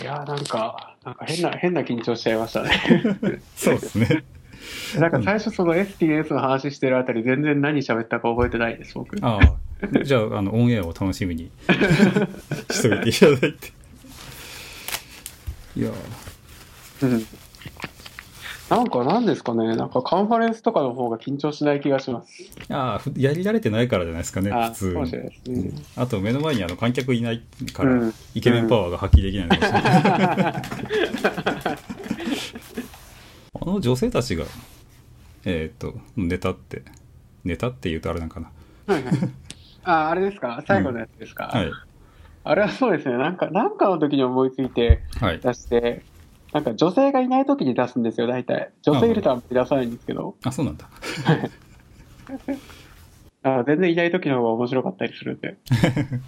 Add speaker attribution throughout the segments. Speaker 1: いやーなんか、なんか変な、変な緊張しちゃいましたね。
Speaker 2: そうですね。
Speaker 1: なんか最初その SNS の話してるあたり全然何喋ったか覚えてないです、僕。
Speaker 2: ああ、じゃあ、あの、オンエアを楽しみ にしといていただいて。いや
Speaker 1: う
Speaker 2: ー
Speaker 1: ん。なんかなんですかね、なんかカンファレンスとかの方が緊張しない気がします。
Speaker 2: あーふやり慣れてないからじゃないですかね、
Speaker 1: あ
Speaker 2: 普通
Speaker 1: そうかもしれないですね。
Speaker 2: あと目の前にあの観客いないから、
Speaker 1: うん
Speaker 2: イケメンパワーが発揮できないのかもしれない あの女性たちがえーっとネタってネタって言うとあれなんかな
Speaker 1: はいはい。あ、あれですか最後のやつですか、
Speaker 2: はい
Speaker 1: あれはそうですね、なんか、なんかの時に思いついて
Speaker 2: はい
Speaker 1: 出して、なんか女性がいない時に出すんですよ、大体。女性いるとあんまり出さないんですけど、
Speaker 2: あそうなん だ
Speaker 1: あ全然いない時の方が面白かったりするんで。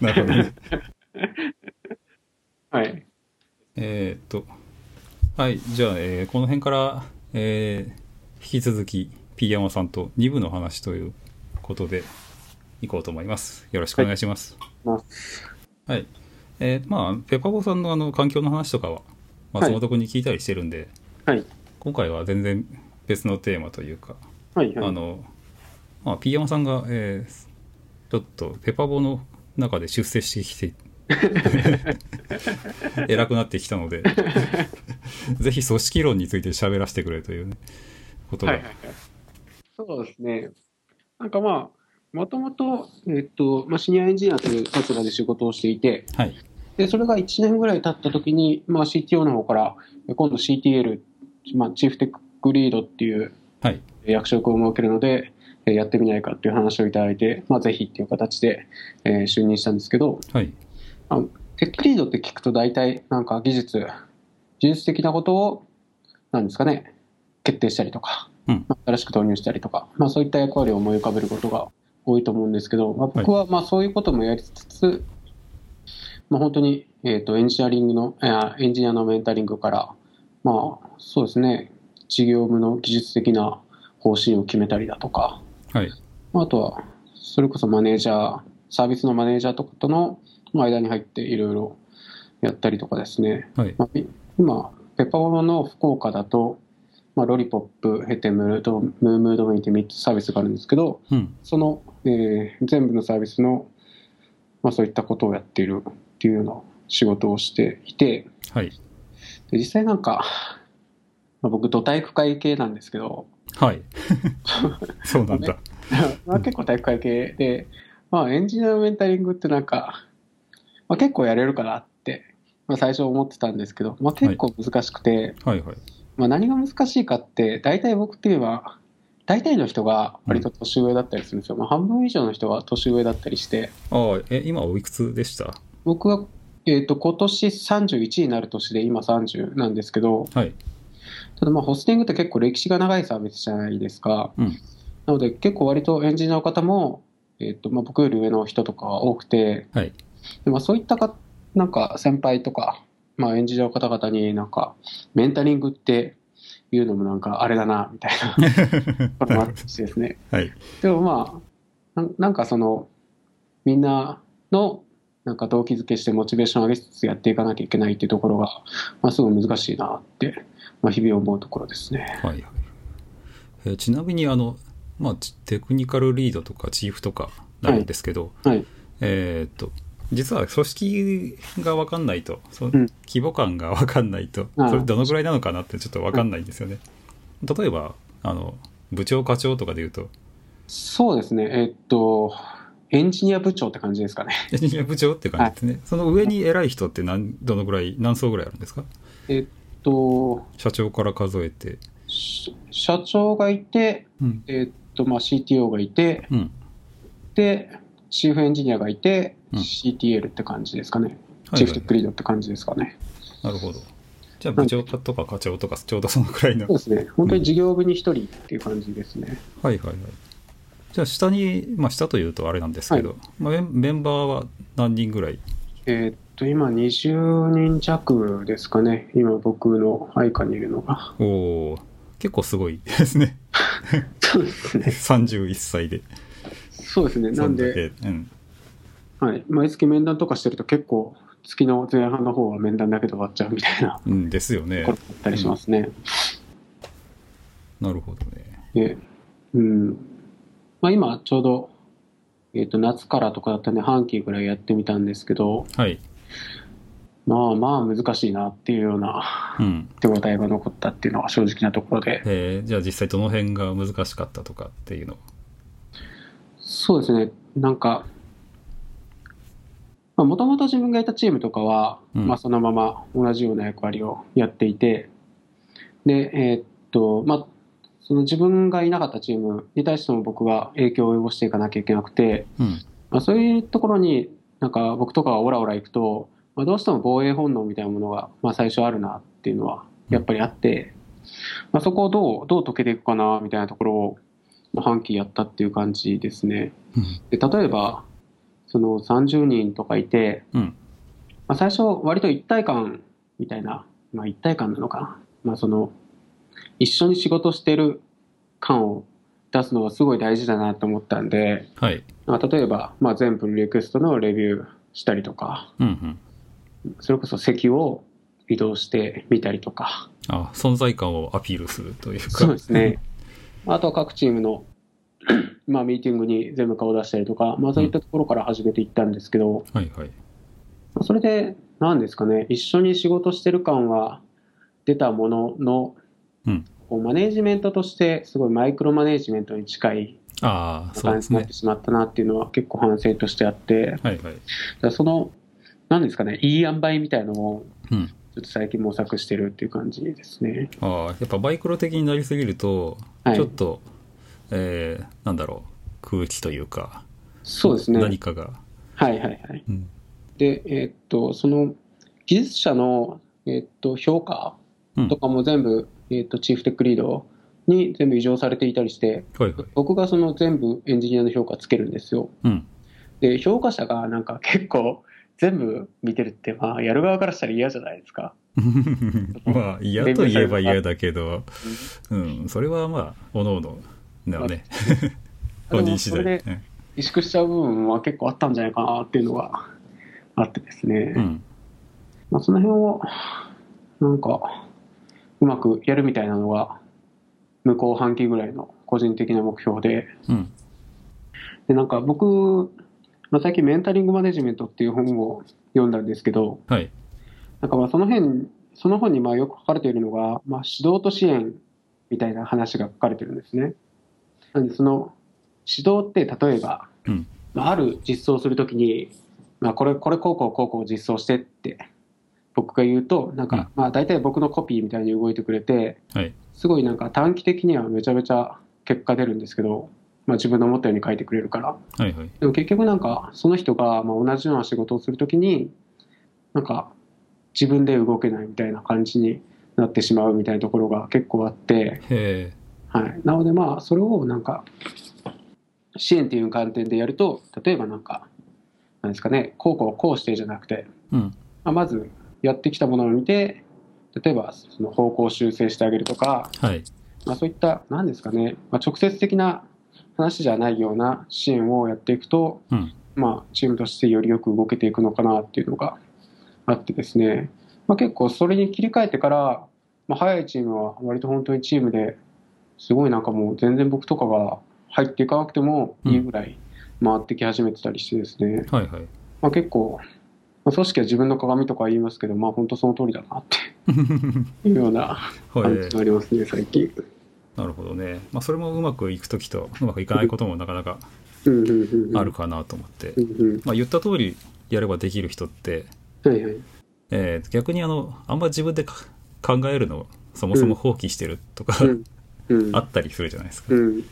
Speaker 2: なるほどね
Speaker 1: はい。
Speaker 2: えーっとはいじゃあ、えーこの辺から、えー引き続き P 山さんと2部の話ということでいこうと思いますよろしくお願いします、
Speaker 1: ま
Speaker 2: はい。えーまあ、ペパボさんのあの環境の話とかは、松本君に聞いたりしてるんで、
Speaker 1: あはい。
Speaker 2: 今回は全然別のテーマというか、
Speaker 1: はい、はい。
Speaker 2: あの、まあ、ピーヤマさんが、えーちょっとペパボの中で出世してきて、 偉くなってきたので、 ぜひ組織論について喋らせてくれという、ね、ことが、
Speaker 1: はいはいはい、そうですね。なんかまあ、もともと、えっと、まあ、シニアエンジニアという立場で仕事をしていて、
Speaker 2: はい。
Speaker 1: で、それが1年ぐらい経った時に、まあ、CTO の方から、え今度 CTL、まあ、チーフテックリードっていう
Speaker 2: はい。
Speaker 1: 役職を設けるので、えやってみないかっていう話をいただいて、まあ、ぜひっていう形で、えー就任したんですけど、
Speaker 2: はい。
Speaker 1: テックリードって聞くと大体、なんか技術、技術的なことを、なんですかね、決定したりとか、
Speaker 2: うん
Speaker 1: まあ新しく投入したりとか、まあ、そういった役割を思い浮かべることが多いと思うんですけど、まあ、僕はまあそういうこともやりつつ、まあ、本当に、えー、とエンジニアリングの、えーエンジニアのメンタリングから、まあ、そうですね、事業務の技術的な方針を決めたりだとか、
Speaker 2: はい。
Speaker 1: あとは、それこそマネージャー、サービスのマネージャーとかとのまあ間に入っていろいろやったりとかですね。
Speaker 2: はい。
Speaker 1: まあい今、ペッパーモの福岡だと、まあ、ロリポップ、ヘテムとムームードメインって3つサービスがあるんですけど、
Speaker 2: うん。
Speaker 1: その、えー全部のサービスの、まあ、そういったことをやっているっていうような仕事をしていて、
Speaker 2: はい。
Speaker 1: で実際なんか、まあ、僕、土体育会系なんですけど、
Speaker 2: はい。そうなんだ。
Speaker 1: まあ、結構体育会系で、まあ、エンジニアのメンタリングってなんか、まあ、結構やれるかなって、まあ、最初思ってたんですけど、まあ、結構難しくて、
Speaker 2: はいはい。
Speaker 1: まあ、何が難しいかって大体僕っていうのは大体の人が割と年上だったりするんですよ、まあ、半分以上の人は年上だったりして
Speaker 2: ああ、え、今おいくつでした
Speaker 1: 僕は、えー、と今年31になる年で今30なんですけど
Speaker 2: はい。
Speaker 1: ただまあホスティングって結構歴史が長いサービスじゃないですか、
Speaker 2: うん
Speaker 1: なので結構割とエンジニアの方も、えーとまあ、僕より上の人とかが多くて、
Speaker 2: はい
Speaker 1: でまあ、そういったかなんか先輩とか、まあ、エンジニアの方々になんかメンタリングっていうのもなんかあれだなみたいなこともあったしですね
Speaker 2: はい。
Speaker 1: でもまあなんなんかそのみんなのなんか動機づけしてモチベーション上げつつやっていかなきゃいけないっていうところが、まあ、すごい難しいなって、まあ、日々思うところですね。
Speaker 2: はいはい。えーちなみに、あの、まあ、ちテクニカルリードとかチーフとかなんですけど、
Speaker 1: はいはい
Speaker 2: えーっと、実は組織が分かんないと、そ
Speaker 1: ん
Speaker 2: 規模感が分かんないと、
Speaker 1: ああ
Speaker 2: それどのくらいなのかなってちょっと分かんないんですよね。例えば、あの、部長課長とかで言うと、
Speaker 1: そうですね、えっと、エンジニア部長って感じですかね。
Speaker 2: エンジニア部長って感じですね。その上に偉い人って何、どのくらい、何層ぐらいあるんですか
Speaker 1: えっと、
Speaker 2: 社長から数えて。
Speaker 1: し社長がいて、
Speaker 2: うん。
Speaker 1: えっと、まあ、CTO がいて、
Speaker 2: うん。
Speaker 1: で、チーフエンジニアがいて、
Speaker 2: うん
Speaker 1: CTL って感じですかね。
Speaker 2: はい
Speaker 1: チー
Speaker 2: は
Speaker 1: フ
Speaker 2: い
Speaker 1: テックリードって感じですかね。
Speaker 2: なるほど。じゃあ部長とか課長とかちょうどそのくらいの。
Speaker 1: そ
Speaker 2: は
Speaker 1: うですね、本当に事業部に一人っていう感じですね。
Speaker 2: いはいはい。じゃあ下に、まあ下というとあれなんですけど、まあメンメンバーは何人ぐらい
Speaker 1: えーっと、今、20人弱ですかね、今、僕の配下にいるのが。
Speaker 2: おお結構すごいですね。
Speaker 1: そうですね、
Speaker 2: 31歳で。
Speaker 1: そうですねなんで、
Speaker 2: そんだけうん。
Speaker 1: はい、毎月面談とかしてると、結構、月の前半の方は面談だけで終わっちゃうみたいな
Speaker 2: うんですよね
Speaker 1: ところだったりしますね。
Speaker 2: なるほどね
Speaker 1: で、うん。まあ今ちょうど、えっ、と夏からとかだったんで半期ぐらいやってみたんですけど、
Speaker 2: はい
Speaker 1: まあまあ難しいなっていうような
Speaker 2: うん
Speaker 1: 手応えが残ったっていうのが正直なところで。
Speaker 2: えーじゃあ実際どの辺が難しかったとかっていうのは
Speaker 1: そうですね。なんか、もともと自分がいたチームとかは、
Speaker 2: うん
Speaker 1: まあそのまま同じような役割をやっていて、で、えーっと、まあ、その自分がいなかったチームに対しても僕が影響を及ぼしていかなきゃいけなくて、
Speaker 2: うん
Speaker 1: まあ、そういうところになんか僕とかがオラオラ行くと、まあ、どうしても防衛本能みたいなものが、まあ、最初あるなっていうのはやっぱりあって、まあ、そこをどうどう解けていくかなみたいなところを、まあ、半期やったっていう感じですね。
Speaker 2: うん
Speaker 1: で例えばその30人とかいて、
Speaker 2: うん
Speaker 1: まあ、最初割と一体感みたいな、まあ、一体感なのかな、まあ、その一緒に仕事してる感を出すのがすごい大事だなと思ったんで。
Speaker 2: はい
Speaker 1: まあ、例えば、まあ、全部リクエストのレビューしたりとか、
Speaker 2: うんうん
Speaker 1: それこそ席を移動してみたりとか、
Speaker 2: あ存在感をアピールするというか
Speaker 1: そうですね。あとは各チームの、まあ、ミーティングに全部顔出したりとか、まあ、そういったところから始めていったんですけど、
Speaker 2: はいはい
Speaker 1: まあそれで、なんですかね、一緒に仕事してる感は出たものの、
Speaker 2: うん
Speaker 1: こうマネージメントとして、すごいマイクロマネージメントに近い
Speaker 2: ああそう
Speaker 1: 感
Speaker 2: で
Speaker 1: じ
Speaker 2: す
Speaker 1: になっ
Speaker 2: ね
Speaker 1: てしまったなっていうのは、結構反省としてあって、
Speaker 2: はいはい
Speaker 1: だからその、なんですかね、いい塩梅みたいのを、
Speaker 2: うん
Speaker 1: ちょっと最近模索してるっていう感じですね。
Speaker 2: ああやっぱマイクロ的になりすぎると、
Speaker 1: はい
Speaker 2: ちょっと、えー、なんだろう空気というか
Speaker 1: そうですね。
Speaker 2: 何かが、
Speaker 1: はいはいはい。
Speaker 2: うん
Speaker 1: で、えーっと、その、技術者の、えーっと、評価
Speaker 2: うん
Speaker 1: とかも全部、えーっと、チーフテックリードに全部異常されていたりして、
Speaker 2: はいはい
Speaker 1: 僕がその全部エンジニアの評価つけるんですよ。
Speaker 2: うん
Speaker 1: で、評価者がなんか結構、全部見てるって、まあ、やる側からしたら嫌じゃないですか。
Speaker 2: まあ嫌といえば嫌だけど、うん、それはまあおのおのだよね本人次
Speaker 1: でもそれで
Speaker 2: 第、うん
Speaker 1: 萎縮しちゃう部分は結構あったんじゃないかなっていうのがあってですね、
Speaker 2: うん、
Speaker 1: まあ、その辺をなんかうまくやるみたいなのが向こう半期ぐらいの個人的な目標で
Speaker 2: うん、
Speaker 1: でなんか僕、まあ、最近「メンタリング・マネジメント」っていう本を読んだんですけど
Speaker 2: はい
Speaker 1: なんかまあその辺その本にまあよく書かれているのが、まあ、指導と支援みたいな話が書かれてるんですね。なんでその指導って例えば、
Speaker 2: うん
Speaker 1: まあ、ある実装するときに、まあ、これこれこうこうこうこう実装してって僕が言うとなんか、まあ大体僕のコピーみたいに動いてくれて
Speaker 2: はい
Speaker 1: すごいなんか短期的にはめちゃめちゃ結果出るんですけど、まあ、自分の思ったように書いてくれるから
Speaker 2: はいはい
Speaker 1: でも結局なんかその人がまあ同じような仕事をするときになんか自分で動けないみたいな感じになってしまうみたいなところが結構あって、
Speaker 2: へ
Speaker 1: はい、なのでまあそれをなんか支援っていう観点でやると例えばなんかなんですかねこうこうこうしてじゃなくて、
Speaker 2: えうん
Speaker 1: まあ、まずやってきたものを見て例えばその方向を修正してあげるとか、
Speaker 2: はい
Speaker 1: まあ、そういった何ですかね、まあ、直接的な話じゃないような支援をやっていくと
Speaker 2: うん
Speaker 1: まあ、チームとしてよりよく動けていくのかなっていうのがあってですね、まあ、結構それに切り替えてから、まあ、早いチームは割と本当にチームですごいなんかもう全然僕とかが入っていかなくてもいいぐらい回ってき始めてたりしてですね、
Speaker 2: はいはい
Speaker 1: まあ、結構、まあ、組織は自分の鏡とか言いますけど、まあ、本当その通りだなっていうような
Speaker 2: はい
Speaker 1: 感じがありますね最近。
Speaker 2: なるほどね、まあ、それもうまくいく時とうまくいかないこともなかなか
Speaker 1: うんうんうんうん
Speaker 2: あるかなと思って
Speaker 1: う、ん
Speaker 2: まあ、言った通りやればできる人って
Speaker 1: うんはいはい
Speaker 2: えー逆にあのあんま自分でか考えるのをそもそも放棄してるとか、
Speaker 1: うんうん
Speaker 2: あったりするじゃないですか、
Speaker 1: うん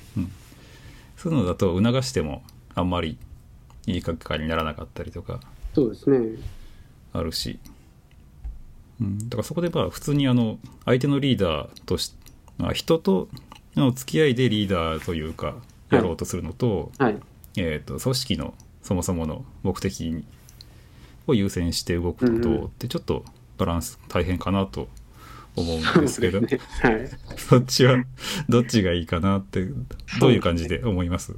Speaker 2: そういうのだと促してもあんまりいい結果にならなかったりとか
Speaker 1: そうですね。
Speaker 2: あるし、うん、だからそこでまあ普通にあの相手のリーダーとし、まあ、人との付き合いでリーダーというかやろうとするのと,、
Speaker 1: はい。
Speaker 2: えー、と組織のそもそもの目的を優先して動くこと
Speaker 1: うんうん
Speaker 2: ってちょっとバランス大変かなと思うんですけど。
Speaker 1: そうですねはい。
Speaker 2: そっちは、どっちがいいかなって、どういう感じで思います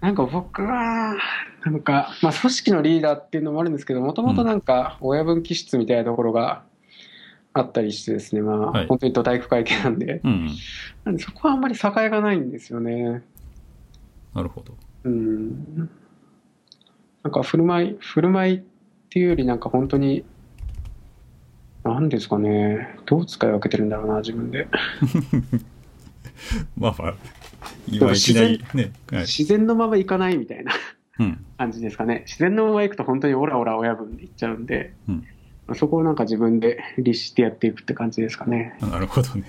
Speaker 1: なんか僕は、なんか、まあ、組織のリーダーっていうのもあるんですけど、もともとなんか、親分気質みたいなところがあったりしてですね、まあ、
Speaker 2: はい
Speaker 1: 本当に土体育会系なんで、
Speaker 2: うん。
Speaker 1: なんでそこはあんまり境がないんですよね。
Speaker 2: なるほど。
Speaker 1: うん。なんか、振る舞い、振る舞いっていうより、なんか本当に、なんですかね、どう使い分けてるんだろうな、自分で。
Speaker 2: まあまあ、今いきなりね。はい。
Speaker 1: 自然のままいかないみたいな。
Speaker 2: うん。
Speaker 1: 感じですかね自然のままいくと本当にオラオラ親分でいっちゃうんで、
Speaker 2: うん
Speaker 1: そこをなんか自分で律してやっていくって感じですかね、
Speaker 2: なるほどね。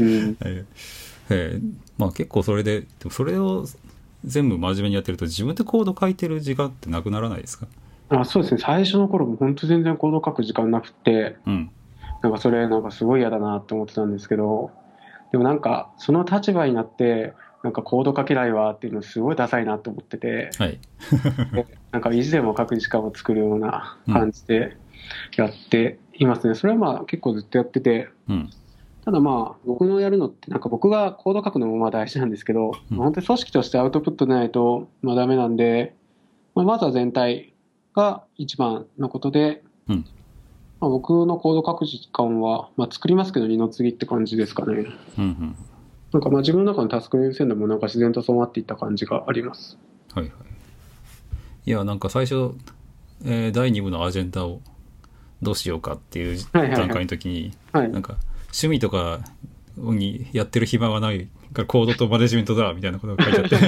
Speaker 1: うん、
Speaker 2: えーえーまあ結構それで、でもそれを全部真面目にやってると自分でコード書いてる時間ってなくならないですか
Speaker 1: あそうですね最初の頃も本当全然行動書く時間なくて
Speaker 2: うん。
Speaker 1: なんかそれなんかすごい嫌だなと思ってたんですけどでもなんかその立場になってなんかコード書けないわっていうのすごいダサいなと思ってて
Speaker 2: はい。
Speaker 1: なんか意地でも書く時間を作るような感じでやっていますね、それはまあ結構ずっとやってて
Speaker 2: うん。
Speaker 1: ただまあ、僕のやるのって、なんか僕がコード書くのもまあ大事なんですけど、
Speaker 2: うん
Speaker 1: 本当に組織としてアウトプットでないとまあダメなんで、まあ、まずは全体が一番のことで、
Speaker 2: うん
Speaker 1: まあ、僕のコード書く時間は、まあ、作りますけど二の次って感じですかね。
Speaker 2: うんうん。
Speaker 1: なんかまあ自分の中のタスクの優先度もなんか自然と染まっていった感じがあります。
Speaker 2: はいはい。いや、なんか最初、えー第2部のアジェンダをどうしようかっていう
Speaker 1: はいはいはい
Speaker 2: 段階の時に、
Speaker 1: はい
Speaker 2: な。んか趣味とかにやってる暇はないからコードとマネジメントだみたいなことが書いちゃって。
Speaker 1: い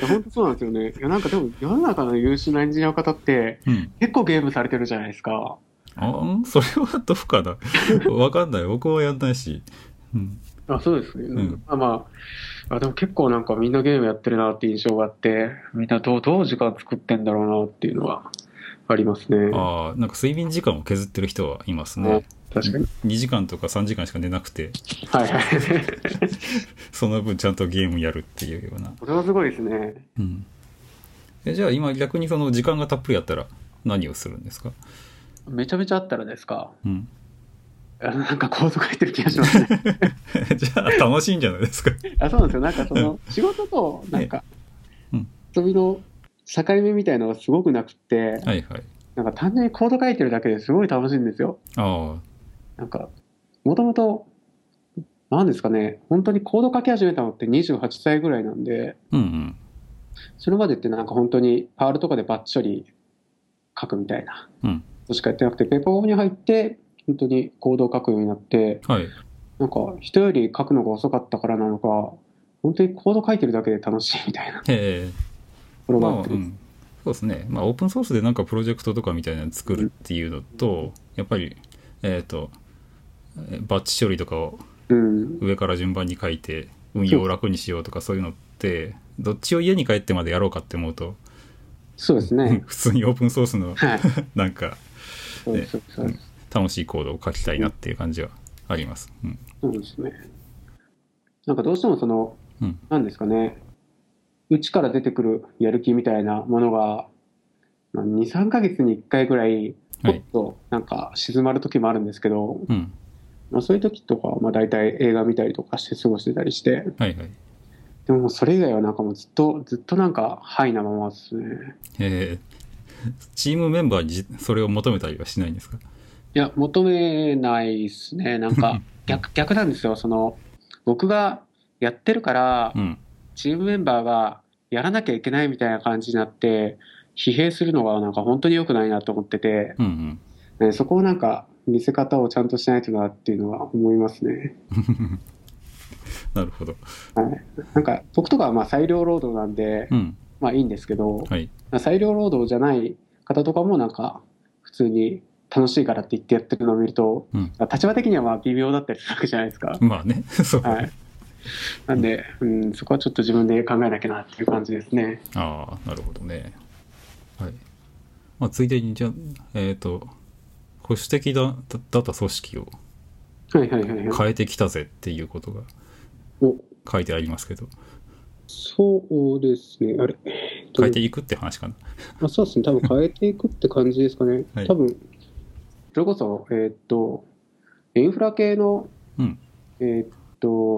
Speaker 1: や本当そうなんですよね。いやなんかでも世の中の優秀なエンジニアの方って
Speaker 2: うん。
Speaker 1: 結構ゲームされてるじゃないですか。
Speaker 2: あんそれはどうかなわかんない。僕はやんないし。うん。
Speaker 1: あそうですね、
Speaker 2: ん
Speaker 1: あまああでも結構なんかみんなゲームやってるなって印象があってみんなどうどう時間作ってんだろうなっていうのはありますね
Speaker 2: ああ、なんか睡眠時間を削ってる人はいます
Speaker 1: は
Speaker 2: ね
Speaker 1: い。確かに、
Speaker 2: 2時間とか3時間しか寝なくて、
Speaker 1: はいはい
Speaker 2: その分ちゃんとゲームやるっていうような。
Speaker 1: これはすごいですね
Speaker 2: うん。えじゃあ今逆にその時間がたっぷりあったら何をするんですか
Speaker 1: めちゃめちゃあったらですか
Speaker 2: うん。
Speaker 1: あのなんか構図書いてる気がしますね
Speaker 2: じゃあ楽しいんじゃないですか。
Speaker 1: あそうなんですよなんかその仕事となんか
Speaker 2: うん
Speaker 1: 遊びの境目みたいのがすごくなくって
Speaker 2: はいはい。
Speaker 1: なんか単純にコード書いてるだけですごい楽しいんですよ
Speaker 2: あ
Speaker 1: なんか、もともと、なんですかね、本当にコード書き始めたのって28歳ぐらいなんで、
Speaker 2: あ、うんうん。
Speaker 1: それまでってなんか本当にパールとかでばっちょり書くみたいな、
Speaker 2: うん
Speaker 1: ことしかやってなくて、ペーパーオフに入って、本当にコードを書くようになって、
Speaker 2: はい。
Speaker 1: なんか人より書くのが遅かったからなのか、本当にコード書いてるだけで楽しいみたいなと
Speaker 2: え
Speaker 1: こ
Speaker 2: え
Speaker 1: ろ
Speaker 2: ま
Speaker 1: が
Speaker 2: あ、
Speaker 1: あっ
Speaker 2: う
Speaker 1: て、
Speaker 2: ん。そうですね。まあ、オープンソースでなんかプロジェクトとかみたいなの作るっていうのと、やっぱり、えっ、と、えーバッチ処理とかを
Speaker 1: うん、
Speaker 2: 上から順番に書いて、運用を楽にしようとかそういうのって、どっちを家に帰ってまでやろうかって思うと、。
Speaker 1: そうですね
Speaker 2: 普通にオープンソースの
Speaker 1: はい、
Speaker 2: なんか
Speaker 1: そうです、そうですそうです、
Speaker 2: 楽しいコードを書きたいなっていう感じはあります。うん。
Speaker 1: そうですね。なんかどうしてもその、
Speaker 2: うん。
Speaker 1: なんですかね、うちから出てくるやる気みたいなものが、まあ、2、3ヶ月に1回ぐらい、
Speaker 2: は
Speaker 1: ちょ
Speaker 2: い
Speaker 1: っ。となんか静まる時もあるんですけど、
Speaker 2: うん。
Speaker 1: まあ、そういう時とかは、まあ、大体映画見たりとかして過ごしてたりして、
Speaker 2: はいはい。
Speaker 1: でももうそれ以外はなんかもうずっと、ずっとなんか、はいなままですね。
Speaker 2: えーチームメンバーにじそれを求めたりはしないんですか
Speaker 1: いや、求めないですね。なん か逆、逆なんですよ。その、僕がやってるから
Speaker 2: う、ん。
Speaker 1: チームメンバーがやらなきゃいけないみたいな感じになって、疲弊するのがなんか本当に良くないなと思ってて、
Speaker 2: うんうん。
Speaker 1: ねそこをなんか見せ方をちゃんとしないとなっていうのは思いますね。
Speaker 2: なるほど。
Speaker 1: なんか僕とかはまあ裁量労働なんで
Speaker 2: う、ん。
Speaker 1: まあいいんですけど、
Speaker 2: はい。
Speaker 1: まあ裁量労働じゃない方とかもなんか普通に楽しいからって言ってやってるのを見ると、
Speaker 2: うん
Speaker 1: 立場的にはまあ微妙だったりするわけじゃないですか。
Speaker 2: まあね。 そう。
Speaker 1: はい。なんで、うん、そこはちょっと自分で考えなきゃなっていう感じですね。
Speaker 2: ああ、なるほどね。はい。まあ、ついでに、じゃあ、えっ、と、保守的だだだった組織を
Speaker 1: はいはいはいはい。
Speaker 2: 変えてきたぜっていうことが
Speaker 1: お
Speaker 2: 書いてありますけど、
Speaker 1: そうですね。あれ
Speaker 2: 変えていくって話かな。。
Speaker 1: あそうですね、多分変えていくって感じですかね
Speaker 2: はい
Speaker 1: 多分それこそ、えーっと、インフラ系の、
Speaker 2: うん
Speaker 1: えーっと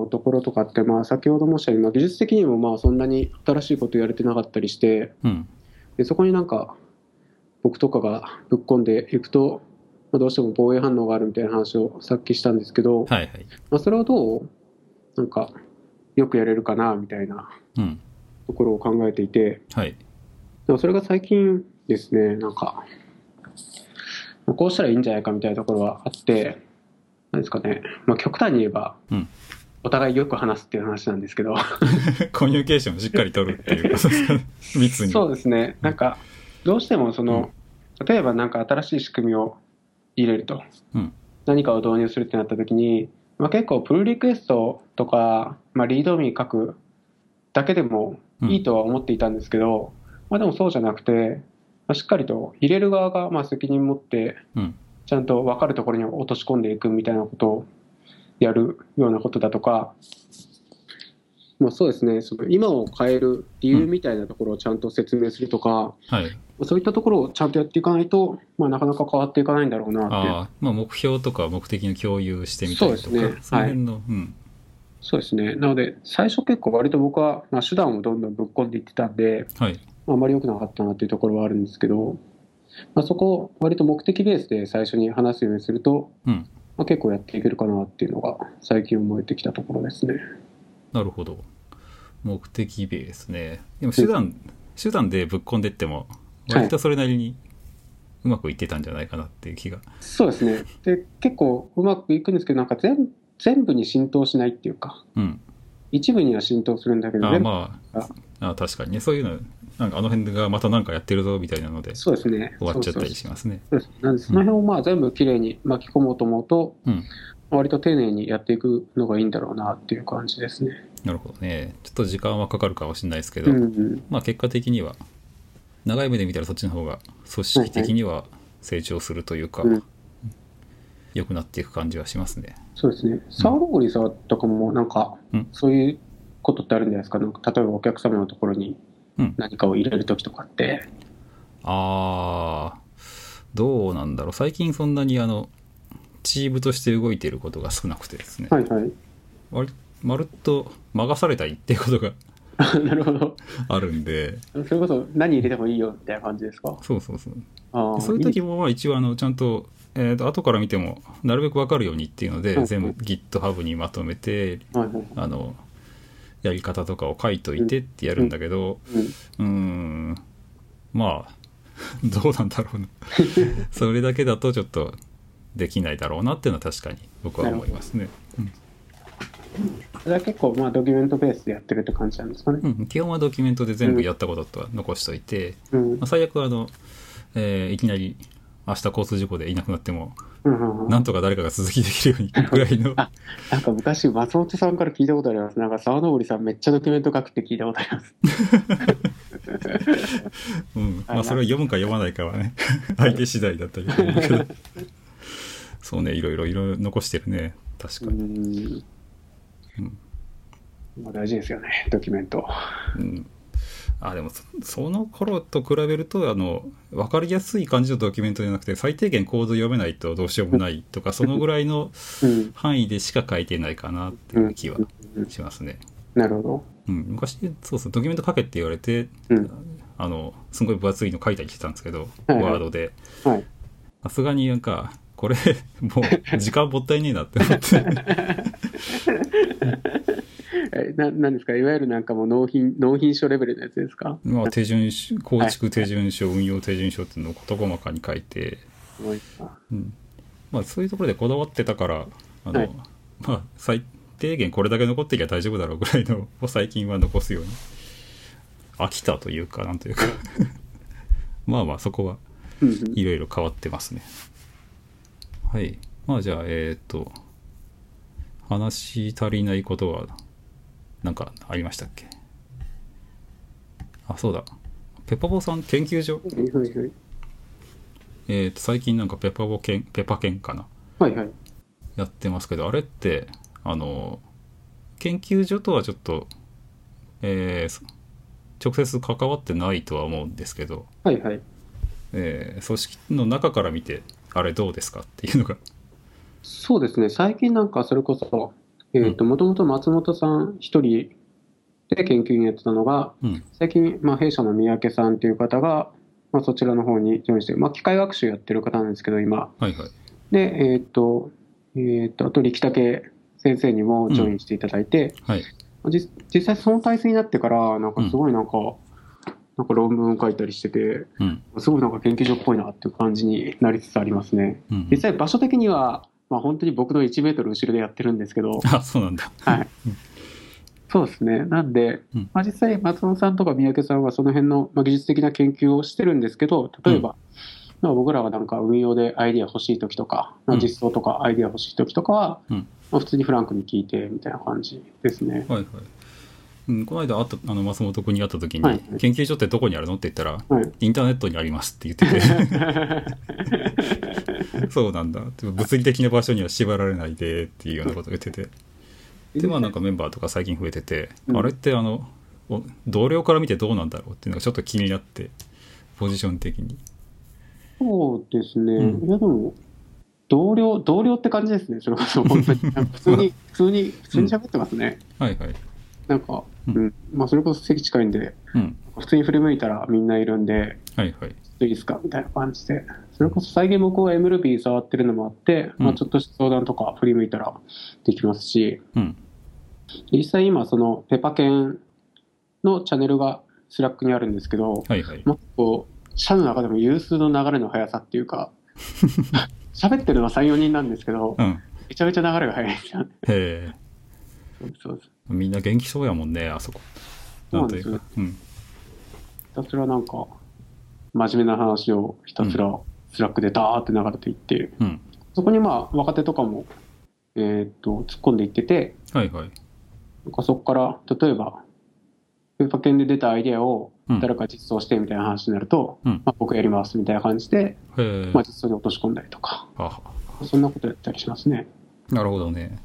Speaker 1: ところとかって、まあ、先ほど申したように、まあ技術的にもまあそんなに新しいことやれてなかったりして、
Speaker 2: うん。
Speaker 1: でそこになんか、僕とかがぶっ込んでいくと、まあ、どうしても防衛反応があるみたいな話をさっきしたんですけど、
Speaker 2: はいはい。
Speaker 1: まあ、それをどう、なんか、よくやれるかなみたいな
Speaker 2: うん。
Speaker 1: ところを考えていて、
Speaker 2: はい。
Speaker 1: でもそれが最近ですね、なんか、まあこうしたらいいんじゃないかみたいなところはあって、なんですかね、まあ、極端に言えば、
Speaker 2: うん
Speaker 1: お互いよく話すっていう話なんですけど、
Speaker 2: コミュニケーションをしっかり取るっ ていうことですかね。密に。
Speaker 1: そう
Speaker 2: う
Speaker 1: ですね、なんか、どうしてもその、例えばなんか新しい仕組みを入れると、
Speaker 2: うん
Speaker 1: 何かを導入するってなった時に、まあ、結構、プルリクエストとか、まあ、リードミー書くだけでもいいとは思っていたんですけど、まあ、でもそうじゃなくて、まあ、しっかりと入れる側がまあ責任持って、
Speaker 2: うん
Speaker 1: ちゃんと分かるところに落とし込んでいくみたいなことをやるようなことだとか、まあ、そうですね、その今を変える理由みたいなところをちゃんと説明するとか、
Speaker 2: はい。
Speaker 1: そういったところをちゃんとやっていかないと、まあ、なかなか変わっていかないんだろうなっていう
Speaker 2: ああ、まあ目標とか目的の共有してみたりとか、
Speaker 1: そ
Speaker 2: そう
Speaker 1: ですね
Speaker 2: の辺の、うん。
Speaker 1: そうですね。なので、最初結構割と僕は、まあ、手段をどんどんぶっ込んでいってたんで、
Speaker 2: はい。
Speaker 1: あんまり良くなかったなっていうところはあるんですけど、まあ、そこを割と目的ベースで最初に話すようにすると、
Speaker 2: うん
Speaker 1: まあ、結構やっていけるかなっていうのが最近思えてきたところですね。
Speaker 2: なるほど。目的ベースね。でも手段、手段でぶっ込んでっても、割とそれなりにうまくいってたんじゃないかなっていう気が。
Speaker 1: そうですね。で、結構うまくいくんですけど、なんか全全部に浸透しないっていうか、
Speaker 2: うん。
Speaker 1: 一部には浸透するんだけど、
Speaker 2: ああ、
Speaker 1: 全部
Speaker 2: まあ、ああ確かにね。そういうの、なんかあの辺がまたなんかやってるぞみたいなので、
Speaker 1: そ
Speaker 2: 終
Speaker 1: うですね。
Speaker 2: わっちゃったり
Speaker 1: そう
Speaker 2: しますね。
Speaker 1: そうそうそうですなんで、その辺をまあ全部きれいに巻き込もうと思うと、
Speaker 2: うん。
Speaker 1: 割と丁寧にやっていくのがいいんだろうなっていう感じですね。
Speaker 2: なるほどね。ちょっと時間はかかるかもしれないですけど、
Speaker 1: うん、
Speaker 2: まあ結果的には長い目で見たらそっちの方が組織的には成長するというか、
Speaker 1: うん
Speaker 2: 良くなっていく感じはしますね。
Speaker 1: そうですね。サーローリーさんとかもなんか
Speaker 2: うん、
Speaker 1: そういうことってあるんじゃないですか。なんか例えばお客様のところに
Speaker 2: うん
Speaker 1: 何かを入れるときとかって。
Speaker 2: あーどうなんだろう最近そんなにあのチームとして動いていることが少なくてですね、
Speaker 1: はいはい。
Speaker 2: 割まるっと魔がされたいっていうことが
Speaker 1: なるほど。
Speaker 2: あるんで
Speaker 1: それこそ何入れてもいいよみたいな感じですか。
Speaker 2: そうそうそう
Speaker 1: ああ
Speaker 2: そういう時もまあ一応あのちゃんと,、えーと後から見てもなるべく分かるようにっていうので、
Speaker 1: うん
Speaker 2: 全部 GitHub にまとめて
Speaker 1: はいはい。
Speaker 2: あのやり方とかを書いといてってやるんだけどうーんまあ どうなんだろう なそれだけだとちょっとできないだろうなっていうのは確かに僕は思いますね、
Speaker 1: うん。それは結構まあドキュメントベースでやってるって感じなんですかね
Speaker 2: う。ん、基本はドキュメントで全部やったこととは残しといて、
Speaker 1: うん。
Speaker 2: まあ、最悪はあの、えーいきなり明日交通事故でいなくなっても
Speaker 1: うんうんうん
Speaker 2: なんとか誰かが続きできるようにぐら いの
Speaker 1: あなんか昔松本さんから聞いたことあります。なんか沢登さんめっちゃドキュメント書くって聞いたことあります。
Speaker 2: うんまあ、それは読むか読まないかはね 相手次第だったりするけ どそうねいろいろいろいろ残してるね確か
Speaker 1: う
Speaker 2: に、
Speaker 1: ん。
Speaker 2: うん
Speaker 1: まあ大事ですよね、ドキュメント。
Speaker 2: うん、あでもそその頃と比べるとあの分かりやすい感じのドキュメントじゃなくて最低限コード読めないとどうしようもない とかそのぐらいの
Speaker 1: うん。
Speaker 2: 範囲でしか書いてないかなっていう気は
Speaker 1: うん
Speaker 2: しますね、
Speaker 1: なるほど。
Speaker 2: うん、昔そうそうドキュメント書けって言われて
Speaker 1: うん。
Speaker 2: あのすごい分厚いの書いたりしてたんですけど、
Speaker 1: はいはい
Speaker 2: ワードで
Speaker 1: はい。
Speaker 2: さすがになんかこれ もう時間もったいねえなって思って
Speaker 1: え、な、なんですかいわゆるなんかもう納品、納品書レベルのやつですか
Speaker 2: まあ手順書構築手順書運用手順書っていうのを事細かに書いて
Speaker 1: すごいな
Speaker 2: うんまあ、そういうところでこだわってたからあの、
Speaker 1: はい
Speaker 2: まあ、最低限これだけ残ってきゃ大丈夫だろうぐらいの を最近は残すように飽きたというかなんというか まあまあそこは
Speaker 1: うんうん
Speaker 2: いろいろ変わってますねはいまあじゃあえっ、と話し足りないことはなんかありましたっけあそうだペパボさん研究所、
Speaker 1: はいはいはい。
Speaker 2: えー、と最近なんかペパボけんペパ研かな
Speaker 1: はいはい。
Speaker 2: やってますけどあれってあの研究所とはちょっと、えーそ直接関わってないとは思うんですけど、
Speaker 1: はいはい。
Speaker 2: えー組織の中から見てあれどうですかっていうのが
Speaker 1: そうですね、最近なんかそれこそ、えーと、もともと松本さん一人で研究員やってたのが、
Speaker 2: うん。
Speaker 1: 最近、まあ、弊社の三宅さんという方が、まあ、そちらの方にジョインして、まあ、機械学習やってる方なんですけど、今。
Speaker 2: はいはい。
Speaker 1: で、えっ、と、えっ、と、あと、力武先生にもジョインしていただいて、
Speaker 2: はい。
Speaker 1: 実実際その体制になってから、なんかすごいなんか、なんか論文を書いたりしてて、
Speaker 2: うん。
Speaker 1: すごいなんか研究所っぽいなっていう感じになりつつありますね。
Speaker 2: うん
Speaker 1: 実際場所的には、まあ本当に僕の1メートル後ろでやってるんですけど、
Speaker 2: あ、そうなんだ。
Speaker 1: そうですね。なんで、
Speaker 2: うん
Speaker 1: まあ実際松本さんとか三宅さんはその辺のまあ技術的な研究をしてるんですけど、例えば、まあ僕らがなんか運用でアイディア欲しい時とか、まあ
Speaker 2: うん
Speaker 1: 実装とかアイディア欲しい時とかは、
Speaker 2: うん
Speaker 1: まあ普通にフランクに聞いてみたいな感じですね。
Speaker 2: はいはい。うん、この間会ったあの松本君に会った時に、
Speaker 1: はい
Speaker 2: 研究所ってどこにあるのって言ったら、
Speaker 1: はい
Speaker 2: インターネットにありますって言って てそうなんだでも物理的な場所には縛られないでっていうようなことを言っててでまあなんかメンバーとか最近増えてて、
Speaker 1: うん
Speaker 2: あれってあのお同僚から見てどうなんだろうっていうのがちょっと気になってポジション的に
Speaker 1: そうですね、
Speaker 2: うん
Speaker 1: いやでも、同僚、同僚って感じですね、それこ そ、本当に、なんか普通に、普通に、普通に喋ってますね、
Speaker 2: はいはい
Speaker 1: なんか、
Speaker 2: う
Speaker 1: うんん、まあ、それこそ席近いんで、
Speaker 2: うん
Speaker 1: 普通に振り向いたらみんないるんで、
Speaker 2: はいはい
Speaker 1: ちょっといいですかみたいな感じで、それこそ最近僕は MLB 触ってるのもあって、
Speaker 2: うん
Speaker 1: まあ、ちょっとした相談とか振り向いたらできますし、
Speaker 2: うん
Speaker 1: 実際今、そのペパ犬のチャンネルがスラックにあるんですけど、
Speaker 2: はいはい
Speaker 1: もっと社の中でも有数の流れの速さっていう か喋ってるのは34人なんですけど
Speaker 2: うんへ
Speaker 1: めちゃめちゃ流れが速いですよね
Speaker 2: え
Speaker 1: そうです
Speaker 2: みんな元気そうやもんねあそこなんというかうん
Speaker 1: ひたすらなんか真面目な話をひたすらスラックでダーって流れていって、
Speaker 2: うん
Speaker 1: そこにまあ若手とかも、えーっと突っ込んでいってて
Speaker 2: はいはい
Speaker 1: なんかそこから例えばペーパー犬で出たアイデアを
Speaker 2: うん
Speaker 1: 誰か実装してみたいな話になると、
Speaker 2: うん
Speaker 1: まあ、僕やりますみたいな感じで、
Speaker 2: へえ
Speaker 1: まあ、実装に落とし込んだりとか
Speaker 2: あ
Speaker 1: そんなことやったりしますね。
Speaker 2: なるほどね。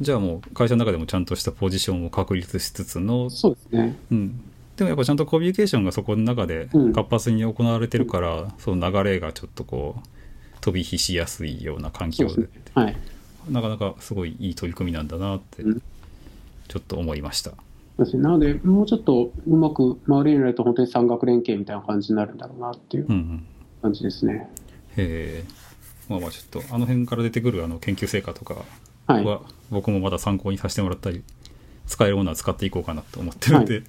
Speaker 2: じゃあもう会社の中でもちゃんとしたポジションを確立しつつの、
Speaker 1: そうですね
Speaker 2: うん、でもやっぱちゃんとコミュニケーションがそこの中で
Speaker 1: うん
Speaker 2: 活発に行われてるから、その流れがちょっとこう飛び火しやすいような環境
Speaker 1: そう
Speaker 2: で
Speaker 1: ではい
Speaker 2: なかなかすごいいい取り組みなんだなって
Speaker 1: うん
Speaker 2: ちょっと思いました。
Speaker 1: そうですね、なので、もうちょっとうまく回れるようになると、本当に産学連携みたいな感じになるんだろうなっていう
Speaker 2: うんうん、
Speaker 1: 感じですね。
Speaker 2: へえまあまあちょっとあの辺から出てくるあの研究成果とか
Speaker 1: はい、
Speaker 2: は僕もまだ参考にさせてもらったり使えるものは使っていこうかなと思ってるんで、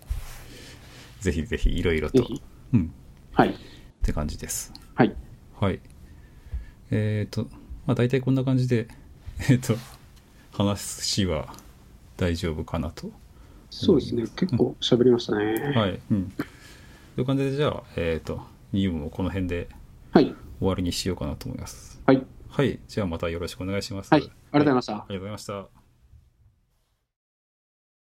Speaker 2: ぜひぜひいろいろ
Speaker 1: ぜ
Speaker 2: と。
Speaker 1: ひ、
Speaker 2: うん
Speaker 1: はい、
Speaker 2: って感じです。
Speaker 1: はい、
Speaker 2: はい。えっ、と、まあ大体こんな感じで、 えっ、と、話は大丈夫かなと。
Speaker 1: そうですね、結構喋りましたね。
Speaker 2: はい。うん。という感じで、じゃあ、えっ、と、ニウムもこの辺で
Speaker 1: はい、
Speaker 2: 終わりにしようかなと思います。
Speaker 1: はい、
Speaker 2: はい。じゃあまたよろしくお願いします。
Speaker 1: はい、ありがとうございました。
Speaker 2: ありがとうございました。